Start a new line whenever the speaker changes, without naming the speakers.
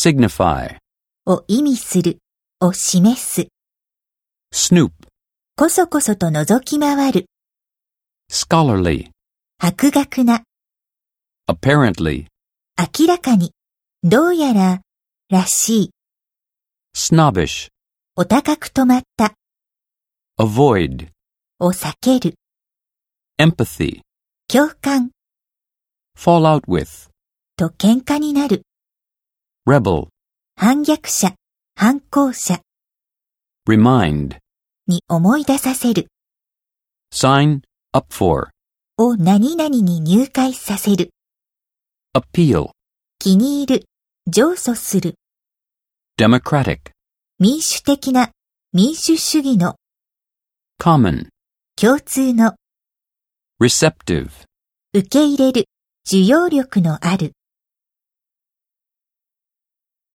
signify,
を意味するを示す。
snoop,
こそこそと覗き回る。
scholarly,
博学な、
apparently,
明らかに。どうやら、らしい。
snobbish,
お高く止まった。
avoid,
を避ける。
empathy,
共感
fall out with,
と喧嘩になる。
rebel,
反逆者、反抗者
remind,
に思い出させる。
sign, up for,
を何々に入会させる。
appeal,
気に入る。上訴する。
democratic,
民主的な、民主主義の、
common,
共通の、
receptive.
受け入れる、受容力のある。